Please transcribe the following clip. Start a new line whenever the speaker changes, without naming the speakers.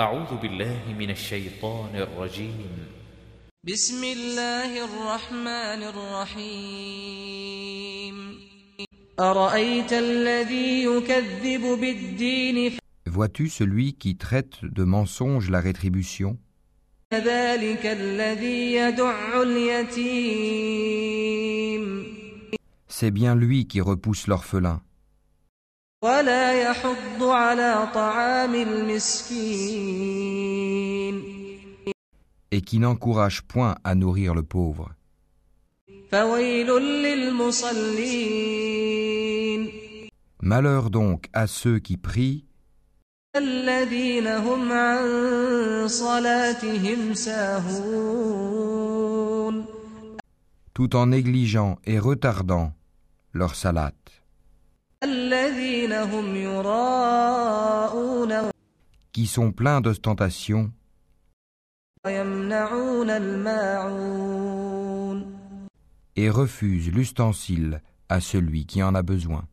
أعوذ بالله من الشيطان الرجيم
بسم الله الرحمن الرحيم أرأيت الذي يكذب بالدين
Vois-tu celui qui traite de mensonge la rétribution
فذلك الذي يدع اليتيم
C'est bien lui qui repousse l'orphelin
ولا يحض على طعام المسكين
et qui n'encourage point à nourrir le pauvre.
فويل للمصلين
Malheur donc à ceux qui prient
الذين هم عن صلاتهم ساهون
tout en négligeant et retardant leur salate,
الذين هم يراءون
qui sont pleins d'ostentation
ويمنعون الماعون
et refusent l'ustensile à celui qui en a besoin.